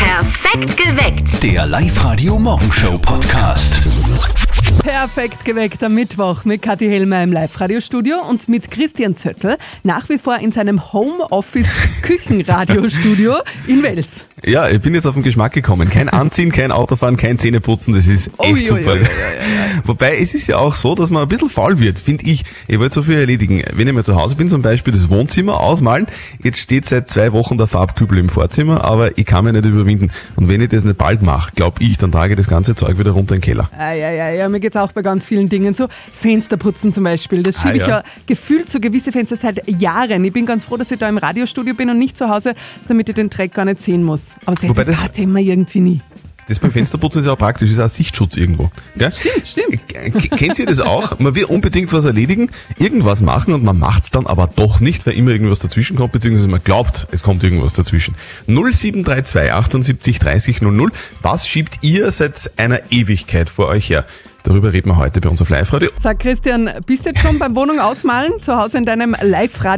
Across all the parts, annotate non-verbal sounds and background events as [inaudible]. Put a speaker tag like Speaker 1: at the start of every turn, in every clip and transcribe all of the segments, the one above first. Speaker 1: Perfekt geweckt.
Speaker 2: Der Live-Radio Morgenshow Podcast.
Speaker 3: Perfekt geweckter Mittwoch mit Kathi Helmer im Live-Radio-Studio und mit Christian Zöttl nach wie vor in seinem
Speaker 4: [laughs]
Speaker 3: Homeoffice-Küchenradiostudio in Wels.
Speaker 4: Ja, ich bin jetzt auf den Geschmack gekommen. Kein Anziehen, kein Autofahren, kein Zähneputzen, das ist echt
Speaker 3: Ui, ui,
Speaker 4: super.
Speaker 3: ui, ui, ui,
Speaker 4: Wobei, es ist ja auch so, dass man ein bisschen faul wird, finde ich. Ich wollte so viel erledigen. Wenn ich mal zu Hause bin, zum Beispiel das Wohnzimmer ausmalen, jetzt steht seit zwei Wochen der Farbkübel im Vorzimmer, aber ich kann mich nicht überwinden. Und wenn ich das nicht bald mache, glaube ich, dann trage ich das ganze Zeug wieder runter in den Keller.
Speaker 3: Ah, ja, ja, ja, mir geht's auch bei ganz vielen Dingen so. Fensterputzen zum Beispiel, das schiebe ich
Speaker 4: Ah, ja.
Speaker 3: ja gefühlt so gewisse Fenster seit Jahren. Ich bin ganz froh, dass ich da im Radiostudio bin und nicht zu Hause, damit ich den Dreck gar nicht sehen muss. Aber selbst
Speaker 4: Wobei
Speaker 3: das
Speaker 4: das-
Speaker 3: passt ja immer irgendwie nie.
Speaker 4: Das beim Fensterputzen ist ja auch praktisch, ist auch Sichtschutz irgendwo. Gell?
Speaker 3: Stimmt, stimmt.
Speaker 4: K- Kennt ihr das auch? Man will unbedingt was erledigen, irgendwas machen und man macht's dann aber doch nicht, weil immer irgendwas dazwischen kommt, beziehungsweise man glaubt, es kommt irgendwas dazwischen. 0732 78 30 00, was schiebt ihr seit einer Ewigkeit vor euch her? Darüber reden wir heute bei uns auf Live-Radio.
Speaker 3: Sag Christian, bist du jetzt
Speaker 4: [laughs]
Speaker 3: schon beim Wohnung ausmalen? Zu Hause in deinem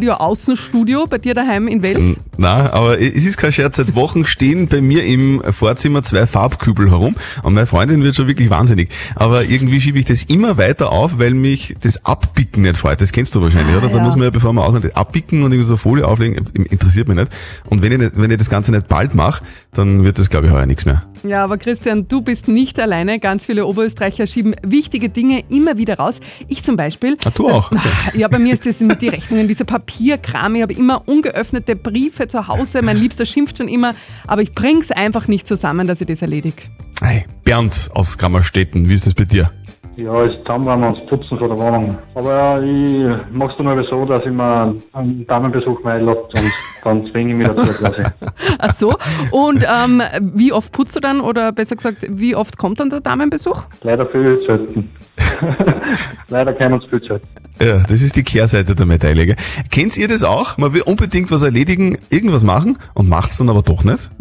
Speaker 3: Live-Radio-Außenstudio bei dir daheim in
Speaker 4: Ähm,
Speaker 3: Wels?
Speaker 4: Na, aber es ist kein Scherz. Seit Wochen stehen bei mir im Vorzimmer zwei Farbkübel herum und meine Freundin wird schon wirklich wahnsinnig. Aber irgendwie schiebe ich das immer weiter auf, weil mich das Abbicken nicht freut. Das kennst du wahrscheinlich, oder? Da
Speaker 3: ja.
Speaker 4: muss man ja, bevor man ausmacht, abbicken und irgendwie so eine Folie auflegen, interessiert mich nicht. Und wenn ich, nicht, wenn ich das Ganze nicht bald mache, dann wird das, glaube ich, heuer nichts mehr.
Speaker 3: Ja, aber Christian, du bist nicht alleine. Ganz viele Oberösterreicher schieben wichtige Dinge immer wieder raus. Ich zum Beispiel.
Speaker 4: Ah, du auch? Okay.
Speaker 3: [laughs] Ja, bei mir ist das mit die Rechnungen, dieser Papierkram. Ich habe immer ungeöffnete Briefe zu Hause. Mein Liebster schimpft schon immer. Aber ich bring's einfach nicht zusammen, dass ich das erledige.
Speaker 4: Hey, Bernd aus Grammerstädten, wie ist das bei dir?
Speaker 5: Ja, ist zusammenräumen und das putzen von der Wohnung. Aber ich mach's dann mal so, dass ich mir einen Damenbesuch mal einlade und dann zwinge ich [laughs] mich dazu quasi.
Speaker 3: Ach so. Und ähm, wie oft putzt du dann? Oder besser gesagt, wie oft kommt dann der Damenbesuch?
Speaker 5: Leider viel zu selten. [laughs] Leider kein uns viel zu selten.
Speaker 4: Ja, das ist die Kehrseite der Medaille. Gell? Kennt ihr das auch? Man will unbedingt was erledigen, irgendwas machen und macht's dann aber doch nicht?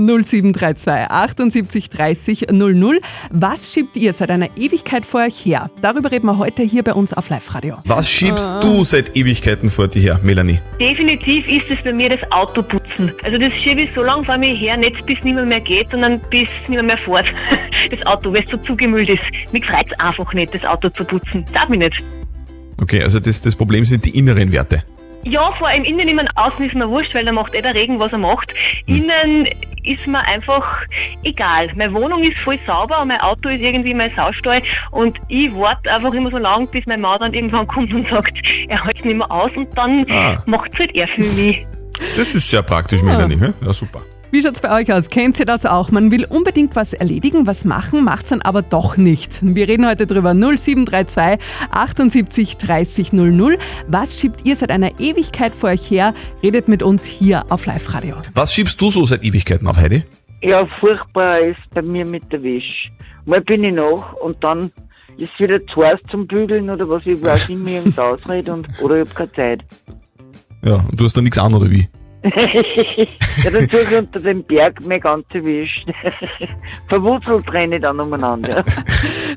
Speaker 3: 0732 78 30 00. Was schiebt ihr seit einer Ewigkeit vor euch her? Darüber reden wir heute hier bei uns auf Live-Radio.
Speaker 4: Was schiebst du seit Ewigkeiten vor dir her, Melanie?
Speaker 6: Definitiv ist es bei mir das Autoputzen. Also das schiebe ich so lange vor mir her, nicht bis es niemand mehr geht und dann bis es niemand mehr fährt. [laughs] Das Auto, weil es so zugemüllt ist. Mich freut es einfach nicht, das Auto zu putzen. Darf mich nicht.
Speaker 4: Okay, also das, das Problem sind die inneren Werte.
Speaker 6: Ja, vor allem innen immer außen ist mir wurscht, weil da macht eh der Regen, was er macht. Innen ist mir einfach egal. Meine Wohnung ist voll sauber und mein Auto ist irgendwie mein Saustall und ich warte einfach immer so lange, bis mein Mann dann irgendwann kommt und sagt, er hält nicht mehr aus und dann
Speaker 4: Ah.
Speaker 6: macht's halt er für mich.
Speaker 4: Das ist sehr praktisch, Melanie. Ja, ja super.
Speaker 3: Wie schaut's bei euch aus? Kennt ihr das auch? Man will unbedingt was erledigen, was machen, macht's dann aber doch nicht. Wir reden heute drüber 0732 78 30 00. Was schiebt ihr seit einer Ewigkeit vor euch her? Redet mit uns hier auf Live-Radio.
Speaker 4: Was schiebst du so seit Ewigkeiten auf, Heidi?
Speaker 7: Ja, furchtbar ist bei mir mit der Wäsche. Mal bin ich nach und dann ist wieder zu heiß zum Bügeln oder was, ich weiß nicht mehr, irgendeine Ausrede und, oder ich hab keine Zeit. [laughs]
Speaker 4: Ja, und du hast da nichts an, oder wie?
Speaker 7: ja, dann suche ich unter dem Berg meine ganze Wäsche. [laughs] Verwurzelt renne ich dann
Speaker 8: [laughs]
Speaker 7: umeinander.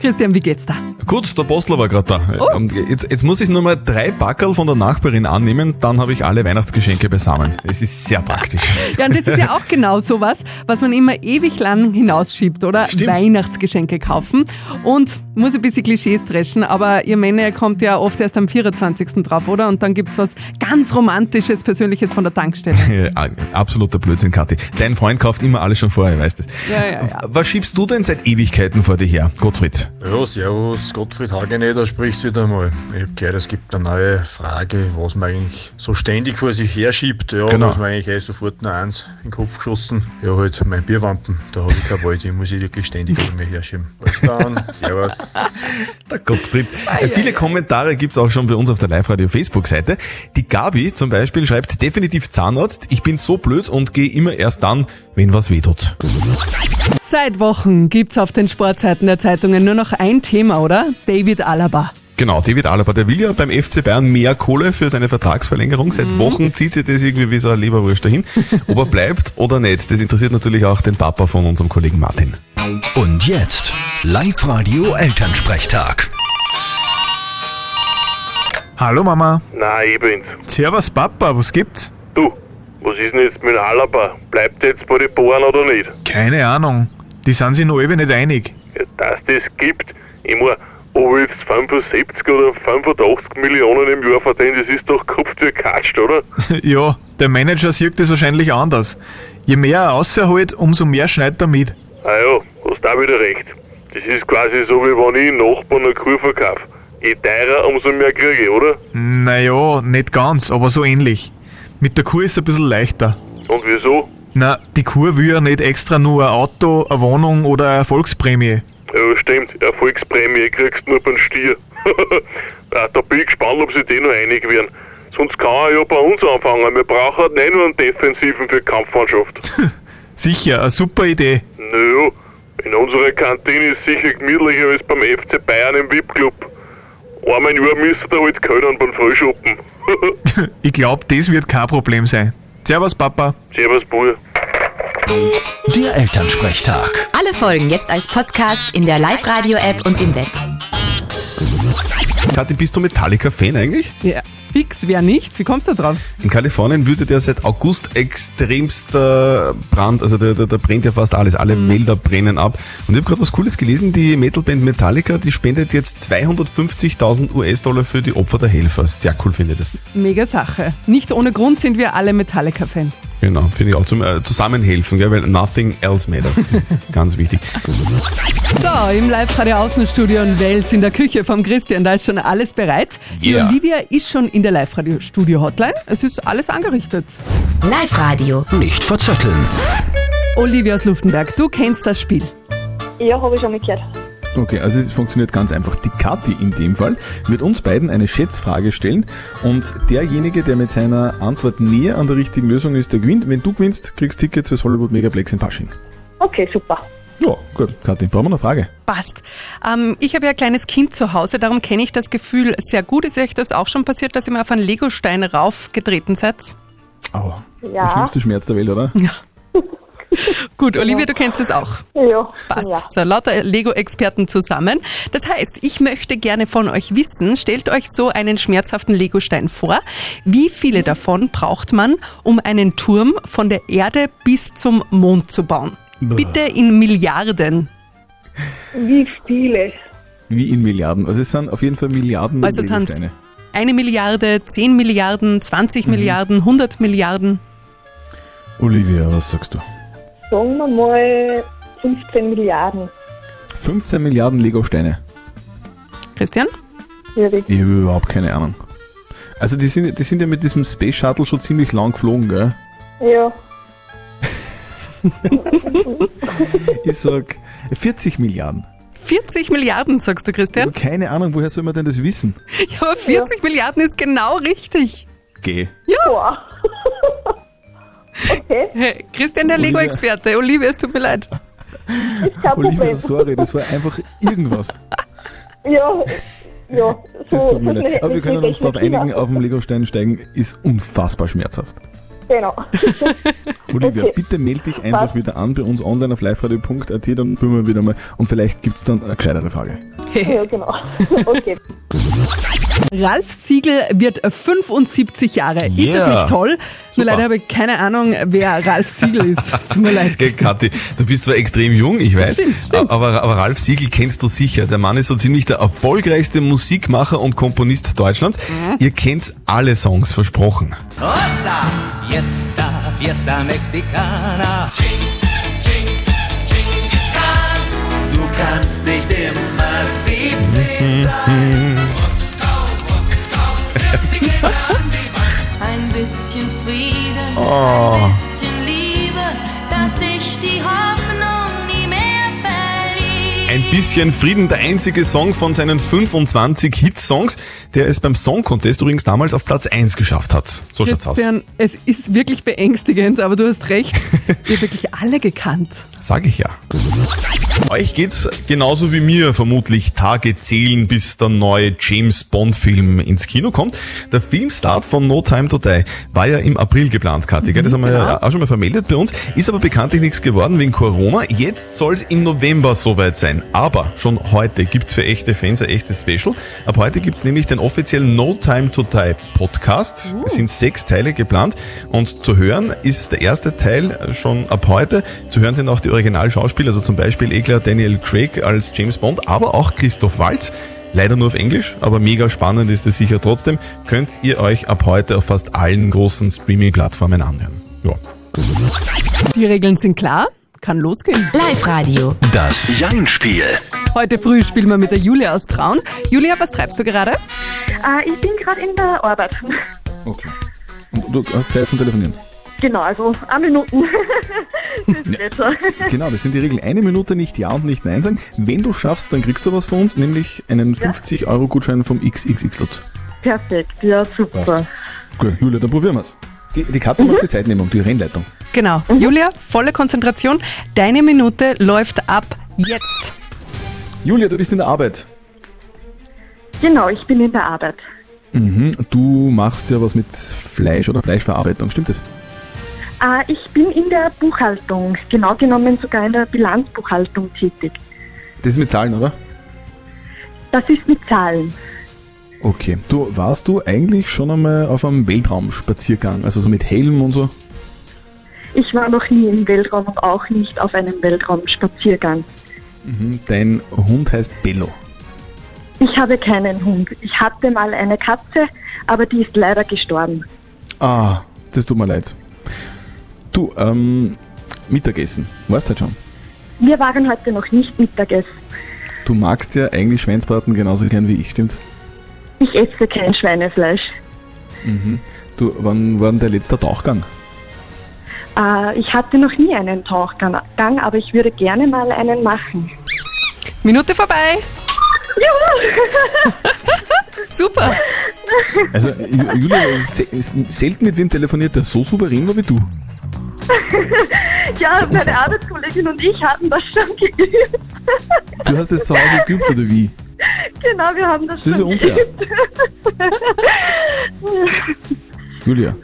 Speaker 3: Christian, wie geht's da?
Speaker 4: Gut, der Postler war gerade da. Und jetzt, jetzt muss ich nur mal drei Backerl von der Nachbarin annehmen, dann habe ich alle Weihnachtsgeschenke beisammen. Es ist sehr [laughs] praktisch.
Speaker 3: Ja, und das ist ja auch genau sowas, was man immer ewig lang hinausschiebt, oder?
Speaker 4: Stimmt.
Speaker 3: Weihnachtsgeschenke kaufen. Und muss ein bisschen Klischees dreschen, aber ihr Männer kommt ja oft erst am 24. drauf, oder? Und dann gibt's was ganz Romantisches, Persönliches von der Tankstelle.
Speaker 4: Äh, Absoluter Blödsinn, Kathi. Dein Freund kauft immer alles schon vorher, weißt du.
Speaker 3: Ja, ja, ja.
Speaker 4: Was schiebst du denn seit Ewigkeiten vor dir her, Gottfried?
Speaker 9: Ja, servus, Gottfried halt Hageneder spricht wieder mal. Ich hab gehört, es gibt eine neue Frage, was man eigentlich so ständig vor sich herschiebt. Ja,
Speaker 4: Genau.
Speaker 9: genau. was mir eigentlich eh sofort noch eins in den Kopf geschossen. Ja, halt, mein Bierwampen, da habe ich keine Wahl, die muss ich wirklich ständig vor mir herschieben. Alles dann, servus.
Speaker 4: Der Gottfried. Äh, Viele Kommentare gibt's auch schon bei uns auf der Live-Radio-Facebook-Seite. Die Gabi zum Beispiel schreibt definitiv Zahnarzt. Ich bin so blöd und gehe immer erst dann, wenn was weh tut.
Speaker 3: Seit Wochen gibt's auf den Sportseiten der Zeitungen nur noch ein Thema, oder? David Alaba.
Speaker 4: Genau, David Alaba, der will ja beim FC Bayern mehr Kohle für seine Vertragsverlängerung. Seit Wochen zieht sich das irgendwie wie so ein Leberwurst dahin. Ob er bleibt oder nicht, das interessiert natürlich auch den Papa von unserem Kollegen Martin.
Speaker 2: Und jetzt Live-Radio Elternsprechtag.
Speaker 10: Hallo Mama.
Speaker 11: Nein, ich bin's.
Speaker 10: Servus Papa, was gibt's?
Speaker 11: Du,
Speaker 1: Was ist denn jetzt mit dem Alaba? Bleibt der jetzt bei den Bauern oder nicht?
Speaker 9: Keine Ahnung. Die sind sich noch ewig nicht einig.
Speaker 1: Ja, dass das gibt, ich meine, ob ich jetzt 75 oder 85 Millionen im Jahr verdiene, das ist doch Kopf gekatscht, oder?
Speaker 9: ja, der Manager sieht das wahrscheinlich anders. Je mehr er rausholt, umso mehr schneit er mit.
Speaker 1: Ah ja, hast da wieder recht. Das ist quasi so, wie wenn ich einen Nachbarn eine Kuh verkaufe. Je teurer, umso mehr kriege ich, oder?
Speaker 9: Naja, nicht ganz, aber so ähnlich. Mit der Kuh ist es ein bisschen leichter.
Speaker 1: Und wieso?
Speaker 9: Na, die Kuh will ja nicht extra nur ein Auto, eine Wohnung oder eine Erfolgsprämie.
Speaker 1: Ja, stimmt, Erfolgsprämie kriegst du nur beim Stier. [laughs] Ah, da bin ich gespannt, ob sie die noch einig werden. Sonst kann er ja bei uns anfangen. Wir brauchen halt nicht nur einen Defensiven für die Kampfmannschaft.
Speaker 9: Sicher, eine super Idee.
Speaker 1: naja, in unserer Kantine ist sicher gemütlicher als beim FC Bayern im VIP-Club. Einmal im Jahr müsste da halt können beim Frühschuppen.
Speaker 9: Ich glaube, das wird kein Problem sein. Servus, Papa.
Speaker 1: [laughs] Servus, Bruder.
Speaker 2: Der Elternsprechtag.
Speaker 10: Alle Folgen jetzt als Podcast in der Live-Radio-App und im Web.
Speaker 4: Kathi, bist du Metallica-Fan eigentlich?
Speaker 3: Ja, fix, wer nicht? Wie kommst du drauf?
Speaker 4: In Kalifornien wütet ja seit August extremster Brand, also da, da, da brennt ja fast alles, alle Wälder brennen ab. Und ich habe gerade was Cooles gelesen, die Metalband Metallica, die spendet jetzt 250.000 US-Dollar für die Opfer der Helfer. Sehr cool finde ich das.
Speaker 3: Mega Sache. Nicht ohne Grund sind wir alle Metallica-Fan.
Speaker 4: Genau, finde ich auch. Zum äh, Zusammenhelfen, gell, weil nothing else matters. Das ist
Speaker 11: [laughs]
Speaker 4: ganz wichtig.
Speaker 3: So, im Live-Radio Außenstudio in Wels in der Küche vom Christian, da ist schon alles bereit.
Speaker 4: Yeah.
Speaker 3: Die Olivia ist schon in der Live-Radio Studio Hotline. Es ist alles angerichtet.
Speaker 10: Live-Radio.
Speaker 2: Nicht verzetteln.
Speaker 3: Olivia aus Luftenberg, du kennst das Spiel.
Speaker 6: Ja, habe ich schon mal gehört.
Speaker 11: Okay, also es funktioniert ganz einfach. Die Kathi in dem Fall wird uns beiden eine Schätzfrage stellen und derjenige, der mit seiner Antwort näher an der richtigen Lösung ist, der gewinnt. Wenn du gewinnst, kriegst du Tickets fürs Hollywood Megaplex in Pasching.
Speaker 6: Okay, super.
Speaker 11: Ja, gut, Kathi, brauchen wir noch eine Frage?
Speaker 3: Passt. Ähm, ich habe ja ein kleines Kind zu Hause, darum kenne ich das Gefühl sehr gut. Ist euch das auch schon passiert, dass ihr mal auf einen Legostein raufgetreten seid?
Speaker 11: Aua,
Speaker 6: Ja.
Speaker 11: der schlimmste Schmerz der Welt, oder?
Speaker 3: Gut, Olivia, du kennst es auch.
Speaker 6: Ja.
Speaker 3: Passt. So, lauter Lego-Experten zusammen. Das heißt, ich möchte gerne von euch wissen, stellt euch so einen schmerzhaften Legostein vor. Wie viele davon braucht man, um einen Turm von der Erde bis zum Mond zu bauen? Bitte in Milliarden.
Speaker 6: Wie viele?
Speaker 11: Wie in Milliarden. Also es sind auf jeden Fall Milliarden
Speaker 3: Also es sind
Speaker 11: Legosteine.
Speaker 3: eine Milliarde, 10 Milliarden, 20 Milliarden, 100 Milliarden.
Speaker 11: Olivia, was sagst du?
Speaker 6: Sagen wir mal 15 Milliarden.
Speaker 11: 15 Milliarden Legosteine.
Speaker 3: Christian?
Speaker 11: Ich habe überhaupt keine Ahnung. Also die sind, die sind ja mit diesem Space Shuttle schon ziemlich lang geflogen, gell?
Speaker 6: Ja.
Speaker 11: Ich sag 40 Milliarden.
Speaker 3: 40 Milliarden, sagst du, Christian?
Speaker 11: Aber keine Ahnung, woher soll man denn das wissen?
Speaker 3: Ja, aber 40 Milliarden ist genau richtig.
Speaker 11: Geh.
Speaker 3: Hey, Christian, der
Speaker 11: Olivia.
Speaker 3: Lego-Experte. Olivia, es tut mir leid.
Speaker 11: Olivia, sorry, das war einfach irgendwas.
Speaker 6: Ja. Ja,
Speaker 11: [laughs] Das tut
Speaker 6: [laughs]
Speaker 11: mir leid. Aber wir können uns darauf einigen, auf dem Legostein steigen ist unfassbar schmerzhaft.
Speaker 6: Genau.
Speaker 11: Olivia, bitte melde dich einfach wieder an bei uns online auf liveradio.at, dann tun wir wieder mal und vielleicht gibt's dann eine gescheitere Frage.
Speaker 6: Ja, genau. Okay.
Speaker 3: Ralf Siegel wird 75 Jahre. Ist das
Speaker 4: Yeah.
Speaker 3: nicht toll? Nur
Speaker 4: Super.
Speaker 3: leider habe ich keine Ahnung, wer Ralf Siegel ist.
Speaker 4: [laughs]
Speaker 3: Es tut mir leid.
Speaker 4: Gell,
Speaker 3: Christian.
Speaker 4: Kathi, du bist zwar extrem jung, ich weiß,
Speaker 3: Stimmt, stimmt.
Speaker 4: Aber, aber Ralf Siegel kennst du sicher. Der Mann ist so ziemlich der erfolgreichste Musikmacher und Komponist Deutschlands.
Speaker 3: Mhm.
Speaker 4: Ihr kennt alle Songs, versprochen.
Speaker 10: Ein bisschen Frieden,
Speaker 11: Ah.
Speaker 10: ein bisschen Liebe, dass ich die Hoffnung nie mehr verliere.
Speaker 4: Ein bisschen Frieden, der einzige Song von seinen 25 Hitsongs, der es beim Song Contest übrigens damals auf Platz 1 geschafft hat. So schaut's aus.
Speaker 3: Christian, es ist wirklich beängstigend, aber du hast
Speaker 4: [laughs]
Speaker 3: recht. Wir haben wirklich alle gekannt.
Speaker 4: Sag ich ja. Euch geht's genauso wie mir vermutlich Tage zählen, bis der neue James Bond Film ins Kino kommt. Der Filmstart von No Time to Die war ja im April geplant, Kathi. gell? Das haben wir ja auch schon mal vermeldet bei uns. Ist aber bekanntlich nichts geworden wegen Corona. Jetzt soll's im November soweit sein.
Speaker 12: Aber schon heute gibt's für echte Fans ein echtes Special. Ab heute gibt's nämlich den offiziellen No Time to Die Podcast. Es sind sechs Teile geplant und zu hören ist der erste Teil schon ab heute. Zu hören sind auch die Originalschauspieler, also zum Beispiel Eklar Daniel Craig als James Bond, aber auch Christoph Waltz. Leider nur auf Englisch, aber mega spannend ist es sicher trotzdem. Könnt ihr euch ab heute auf fast allen großen Streaming-Plattformen anhören. Ja.
Speaker 3: Die Regeln sind klar, kann losgehen.
Speaker 10: Live Radio.
Speaker 13: Das Jein-Spiel.
Speaker 3: Heute früh spielen wir mit der Julia aus Traun. Julia, was treibst du gerade?
Speaker 6: Äh, ich bin gerade in der Arbeit. [laughs]
Speaker 4: Okay. Und du hast Zeit zum Telefonieren.
Speaker 6: Genau, also eine Minuten. [laughs] das ist besser.
Speaker 4: Genau, das sind die Regeln. Eine Minute nicht Ja und nicht Nein sagen. Wenn du schaffst, dann kriegst du was von uns, nämlich einen 50-Euro-Gutschein vom XXX-Lutz.
Speaker 6: Perfekt, ja, super.
Speaker 4: Gut, Julia, dann probieren wir's. Mhm. Die, die Karte macht die Zeitnehmung, die Rennleitung.
Speaker 3: Genau. Julia, volle Konzentration. Deine Minute läuft ab jetzt.
Speaker 4: Julia, du bist in der Arbeit.
Speaker 6: Genau, ich bin in der Arbeit.
Speaker 4: Mhm. Du machst ja was mit Fleisch oder Fleischverarbeitung, stimmt das?
Speaker 6: Äh, ich bin in der Buchhaltung, genau genommen sogar in der Bilanzbuchhaltung tätig.
Speaker 4: Das ist mit Zahlen, oder?
Speaker 6: Das ist mit Zahlen.
Speaker 4: Okay. Du warst du eigentlich schon einmal auf einem Weltraumspaziergang, also so mit Helm und so?
Speaker 6: Ich war noch nie im Weltraum und auch nicht auf einem Weltraumspaziergang.
Speaker 4: Mhm. Dein Hund heißt Bello.
Speaker 6: Ich habe keinen Hund. Ich hatte mal eine Katze, aber die ist leider gestorben.
Speaker 4: Ah, das tut mir leid. Du, ähm, Mittagessen. Weißt halt schon.
Speaker 6: Wir waren heute noch nicht Mittagessen.
Speaker 4: Du magst ja eigentlich Schweinsbraten genauso gern wie ich, stimmt's?
Speaker 6: Ich esse kein Schweinefleisch.
Speaker 4: Mhm. Du, wann war denn der letzte Tauchgang?
Speaker 6: Äh, ich hatte noch nie einen Tauchgang, Gang, aber ich würde gerne mal einen machen.
Speaker 3: Minute vorbei.
Speaker 6: Juhu!
Speaker 3: Super.
Speaker 4: Also, Ju- Julia, se selten mit wem telefoniert, der so souverän war wie du.
Speaker 6: ja, meine Arbeitskollegin und ich hatten das schon [laughs] geübt.
Speaker 4: Du hast es zu Hause geübt, oder wie?
Speaker 6: Genau, wir haben das,
Speaker 4: Das ist ja
Speaker 6: schon
Speaker 4: unfair.
Speaker 6: geübt.
Speaker 4: Julia,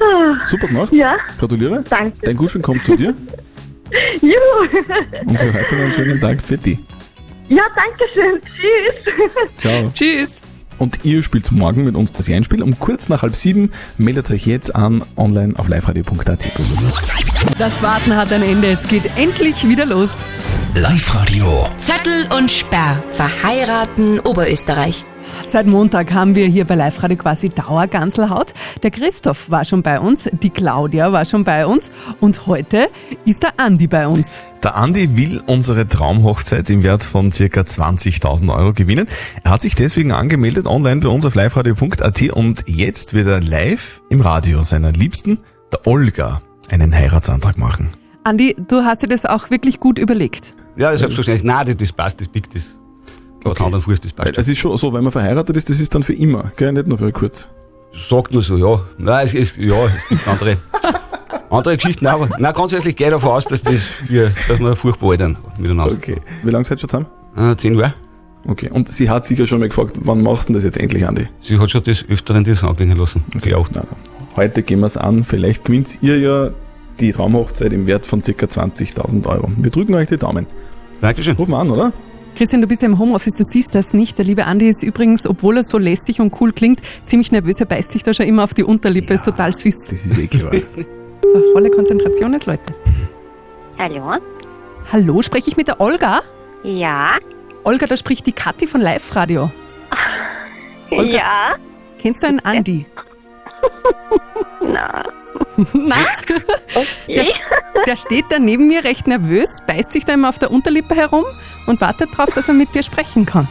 Speaker 4: super gemacht.
Speaker 6: [laughs] Ja.
Speaker 4: Gratuliere.
Speaker 6: Danke.
Speaker 4: Dein Gutschein kommt zu dir.
Speaker 6: Juhu!
Speaker 4: Und für heute noch einen schönen Tag, Fetti.
Speaker 6: Ja, danke schön. Tschüss.
Speaker 4: Ciao.
Speaker 3: Tschüss.
Speaker 4: Und ihr spielt morgen mit uns das Jeinspiel. Um kurz nach halb sieben meldet euch jetzt an online auf liveradio.at.
Speaker 3: Das Warten hat ein Ende. Es geht endlich wieder los.
Speaker 13: Live-Radio.
Speaker 10: Zettel und Sperr. Verheiraten Oberösterreich.
Speaker 3: Seit Montag haben wir hier bei Live Radio quasi Dauerganzelhaut. Der Christoph war schon bei uns, die Claudia war schon bei uns und heute ist der Andi bei uns.
Speaker 12: Der Andi will unsere Traumhochzeit im Wert von circa 20.000 Euro gewinnen. Er hat sich deswegen angemeldet online bei uns auf liveradio.at und jetzt wird er live im Radio seiner Liebsten, der Olga, einen Heiratsantrag machen.
Speaker 3: Andi, du hast dir das auch wirklich gut überlegt.
Speaker 8: Ja, selbstverständlich. Nein, das, das passt, das biegt das. Oder anderen Fuß, das passt.
Speaker 4: Es Äh, ist schon so, wenn man verheiratet ist, das ist dann für immer, gell? nicht nur für kurz.
Speaker 8: Sagt nur so, ja. Nein, es, es, ja, es gibt andere, andere Geschichten. Aber nein, grundsätzlich gehe ich davon aus, dass, das für, dass wir furchtbar alt werden miteinander.
Speaker 4: Okay. Wie lange seid ihr schon zusammen?
Speaker 8: Äh, zehn Jahre.
Speaker 4: Okay. Und sie hat sicher schon mal gefragt, wann machst du denn das jetzt endlich, Andi?
Speaker 8: Sie hat schon des Öfteren das anklingen lassen. Okay. auch.
Speaker 4: Na, heute gehen wir es an. Vielleicht gewinnt ihr ja die Traumhochzeit im Wert von circa 20.000 Euro. Wir drücken euch die Daumen.
Speaker 8: Dankeschön.
Speaker 4: Rufen wir an, oder?
Speaker 3: Christian, du bist ja im Homeoffice, du siehst das nicht. Der liebe Andi ist übrigens, obwohl er so lässig und cool klingt, ziemlich nervös. Er beißt sich da schon immer auf die Unterlippe, ist total süß.
Speaker 4: Das ist eh klar.
Speaker 3: So, volle Konzentration ist, Leute.
Speaker 14: [laughs] Hallo?
Speaker 3: Hallo, spreche ich mit der Olga?
Speaker 14: Ja?
Speaker 3: Olga, da spricht die Kathi von Live Radio. Olga,
Speaker 14: Ja?
Speaker 3: Kennst du einen Andi?
Speaker 14: Na,
Speaker 3: Na? Der, der steht da neben mir recht nervös, beißt sich da immer auf der Unterlippe herum und wartet drauf, dass er mit dir sprechen kann.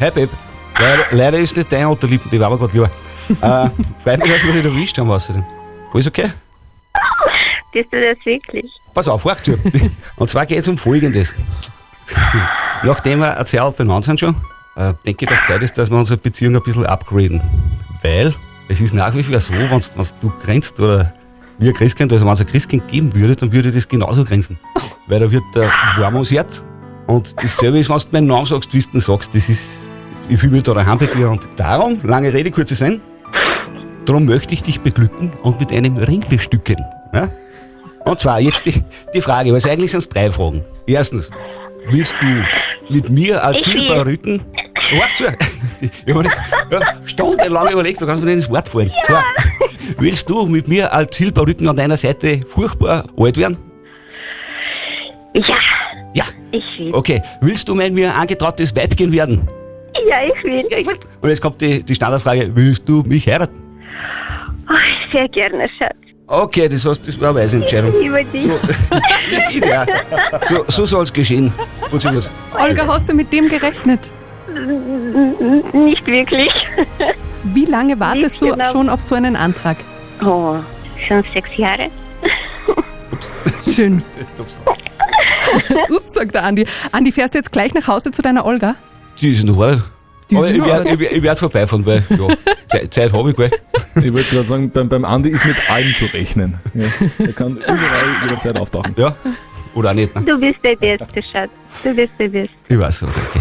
Speaker 8: Hi, Pep. Leider, leider ist nicht dein Unterlippen, die war aber gerade lieber. Äh, freut mich, dass wir dich erwischt haben, außerdem. Alles okay?
Speaker 14: bist du das wirklich?
Speaker 8: Pass auf, hör
Speaker 7: [laughs]
Speaker 8: zu. Und zwar geht es um Folgendes. Nachdem wir erzählt benannt sind schon, äh, denke ich, dass Zeit ist, dass wir unsere Beziehung ein bisschen upgraden. Weil es ist nach wie vor so, wenn du grenzt oder wir Christkind, also wenn es ein Christkind geben würde, dann würde ich das genauso grenzen. Weil da wird der warm ums Herz. Und dasselbe ist, wenn du meinen Namen sagst, wie du den sagst. Das ist, ich fühle mich da daheim bei dir. Und darum, lange Rede, kurze Sinn, darum möchte ich dich beglücken und mit einem Ring bestücken. Ja? Und zwar jetzt die, die Frage, also eigentlich sind es drei Fragen. Erstens, willst du mit mir ein
Speaker 15: Ich
Speaker 8: Silberrücken. Warte schon. Ich habe mir das [laughs] ja, stundenlang überlegt, du kannst mir nicht ins Wort fallen. Ja. Willst du mit mir als Silberrücken an deiner Seite furchtbar alt werden?
Speaker 15: Ja,
Speaker 8: Ja.
Speaker 15: ich will.
Speaker 8: Okay. Willst du mit mir ein angetrautes Weibchen werden?
Speaker 15: Ja, ich will. Ja, ich will.
Speaker 8: Und jetzt kommt die, die Standardfrage, willst du mich heiraten?
Speaker 15: Oh, sehr gerne, Schatz.
Speaker 8: Okay, das, heißt, das war eine weise Entscheidung. [laughs]
Speaker 15: Über dich.
Speaker 8: Ideal. So, so soll es geschehen. Und so was.
Speaker 3: Olga, hast du mit dem gerechnet?
Speaker 15: Nicht wirklich.
Speaker 3: Wie lange wartest
Speaker 15: Nicht
Speaker 3: du
Speaker 15: genau.
Speaker 3: schon auf so einen Antrag?
Speaker 15: Oh, schon sechs Jahre.
Speaker 3: Schön.
Speaker 8: ups.
Speaker 3: [laughs] Ups, sagt der Andi. Andi, fährst du jetzt gleich nach Hause zu deiner Olga?
Speaker 8: Die ist noch alt.
Speaker 3: Die
Speaker 8: Aber
Speaker 3: ist
Speaker 8: ich
Speaker 3: noch
Speaker 8: werde
Speaker 3: alt.
Speaker 8: ich werd, ich werd vorbeifahren, weil ja, Zeit, Zeit habe ich, gell?
Speaker 11: Ich wollte gerade sagen, beim, beim Andi ist mit allem zu rechnen. Ja, er kann überall jederzeit auftauchen.
Speaker 8: Ja, oder auch nicht. ne?
Speaker 15: Du bist der Beste, Schatz. Du bist der Beste.
Speaker 8: Ich weiß nicht, okay.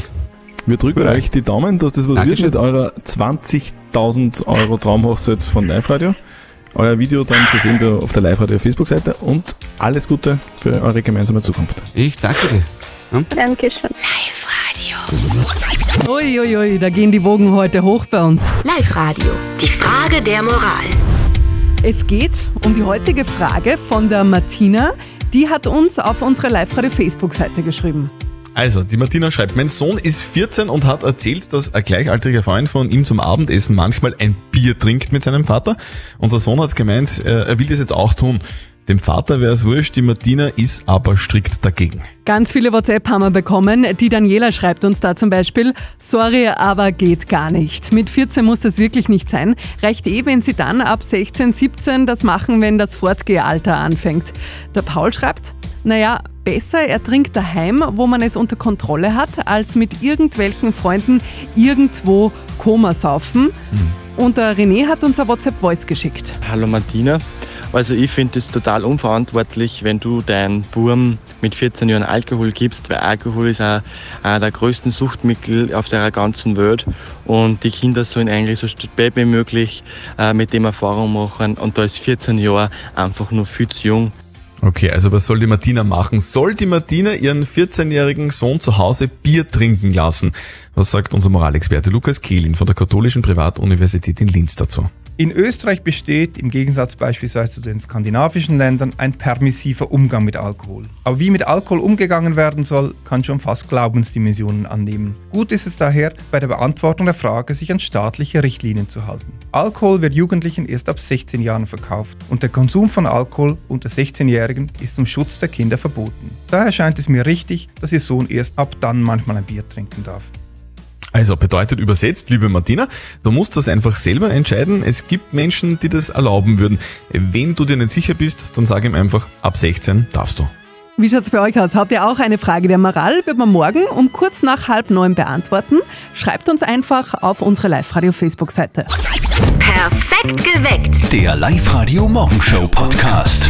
Speaker 11: Wir drücken euch die Daumen, dass das was
Speaker 8: Dankeschön.
Speaker 11: wird mit eurer 20.000 Euro Traumhochzeit von Live Radio. Euer Video dann zu sehen wir auf der Live Radio Facebook-Seite und alles Gute für eure gemeinsame Zukunft.
Speaker 8: Ich danke dir.
Speaker 15: Dankeschön.
Speaker 3: Uiuiui, da gehen die Wogen heute hoch bei uns.
Speaker 10: Live Radio. Die Frage der Moral.
Speaker 3: Es geht um die heutige Frage von der Martina. Die hat uns auf unserer Live-Radio-Facebook-Seite geschrieben.
Speaker 4: Also, die Martina schreibt, mein Sohn ist 14 und hat erzählt, dass ein gleichaltriger Freund von ihm zum Abendessen manchmal ein Bier trinkt mit seinem Vater. Unser Sohn hat gemeint, äh, er will das jetzt auch tun. Dem Vater wäre es wurscht, die Martina ist aber strikt dagegen.
Speaker 3: Ganz viele WhatsApp haben wir bekommen. Die Daniela schreibt uns da zum Beispiel, sorry, aber geht gar nicht. Mit 14 muss das wirklich nicht sein. Reicht eh, wenn sie dann ab 16, 17 das machen, wenn das Fortgehalter anfängt. Der Paul schreibt, naja, besser er trinkt daheim, wo man es unter Kontrolle hat, als mit irgendwelchen Freunden irgendwo Koma saufen. Und der René hat uns ein WhatsApp-Voice geschickt.
Speaker 16: Hallo Martina. Also ich finde es total unverantwortlich, wenn du deinem Burm mit 14 Jahren Alkohol gibst, weil Alkohol ist auch, auch der größten Suchtmittel auf der ganzen Welt und die Kinder sollen eigentlich so spät wie möglich äh, mit dem Erfahrung machen und da ist 14 Jahre einfach nur viel zu jung.
Speaker 4: Okay, also was soll die Martina machen? Soll die Martina ihren 14-jährigen Sohn zu Hause Bier trinken lassen? Was sagt unser Moralexperte Lukas Kehlin von der Katholischen Privatuniversität in Linz dazu?
Speaker 17: In Österreich besteht im Gegensatz beispielsweise zu den skandinavischen Ländern ein permissiver Umgang mit Alkohol. Aber wie mit Alkohol umgegangen werden soll, kann schon fast Glaubensdimensionen annehmen. Gut ist es daher, bei der Beantwortung der Frage sich an staatliche Richtlinien zu halten. Alkohol wird Jugendlichen erst ab 16 Jahren verkauft und der Konsum von Alkohol unter 16-Jährigen ist zum Schutz der Kinder verboten. Daher scheint es mir richtig, dass ihr Sohn erst ab dann manchmal ein Bier trinken darf.
Speaker 4: Also bedeutet übersetzt, liebe Martina, du musst das einfach selber entscheiden. Es gibt Menschen, die das erlauben würden. Wenn du dir nicht sicher bist, dann sag ihm einfach, ab 16 darfst du.
Speaker 3: Wie schaut's bei euch aus? Habt ihr auch eine Frage der Moral? Wird man morgen um kurz nach halb neun beantworten. Schreibt uns einfach auf unsere Live-Radio-Facebook-Seite.
Speaker 10: Perfekt geweckt.
Speaker 2: Der Live-Radio Morgenshow Podcast.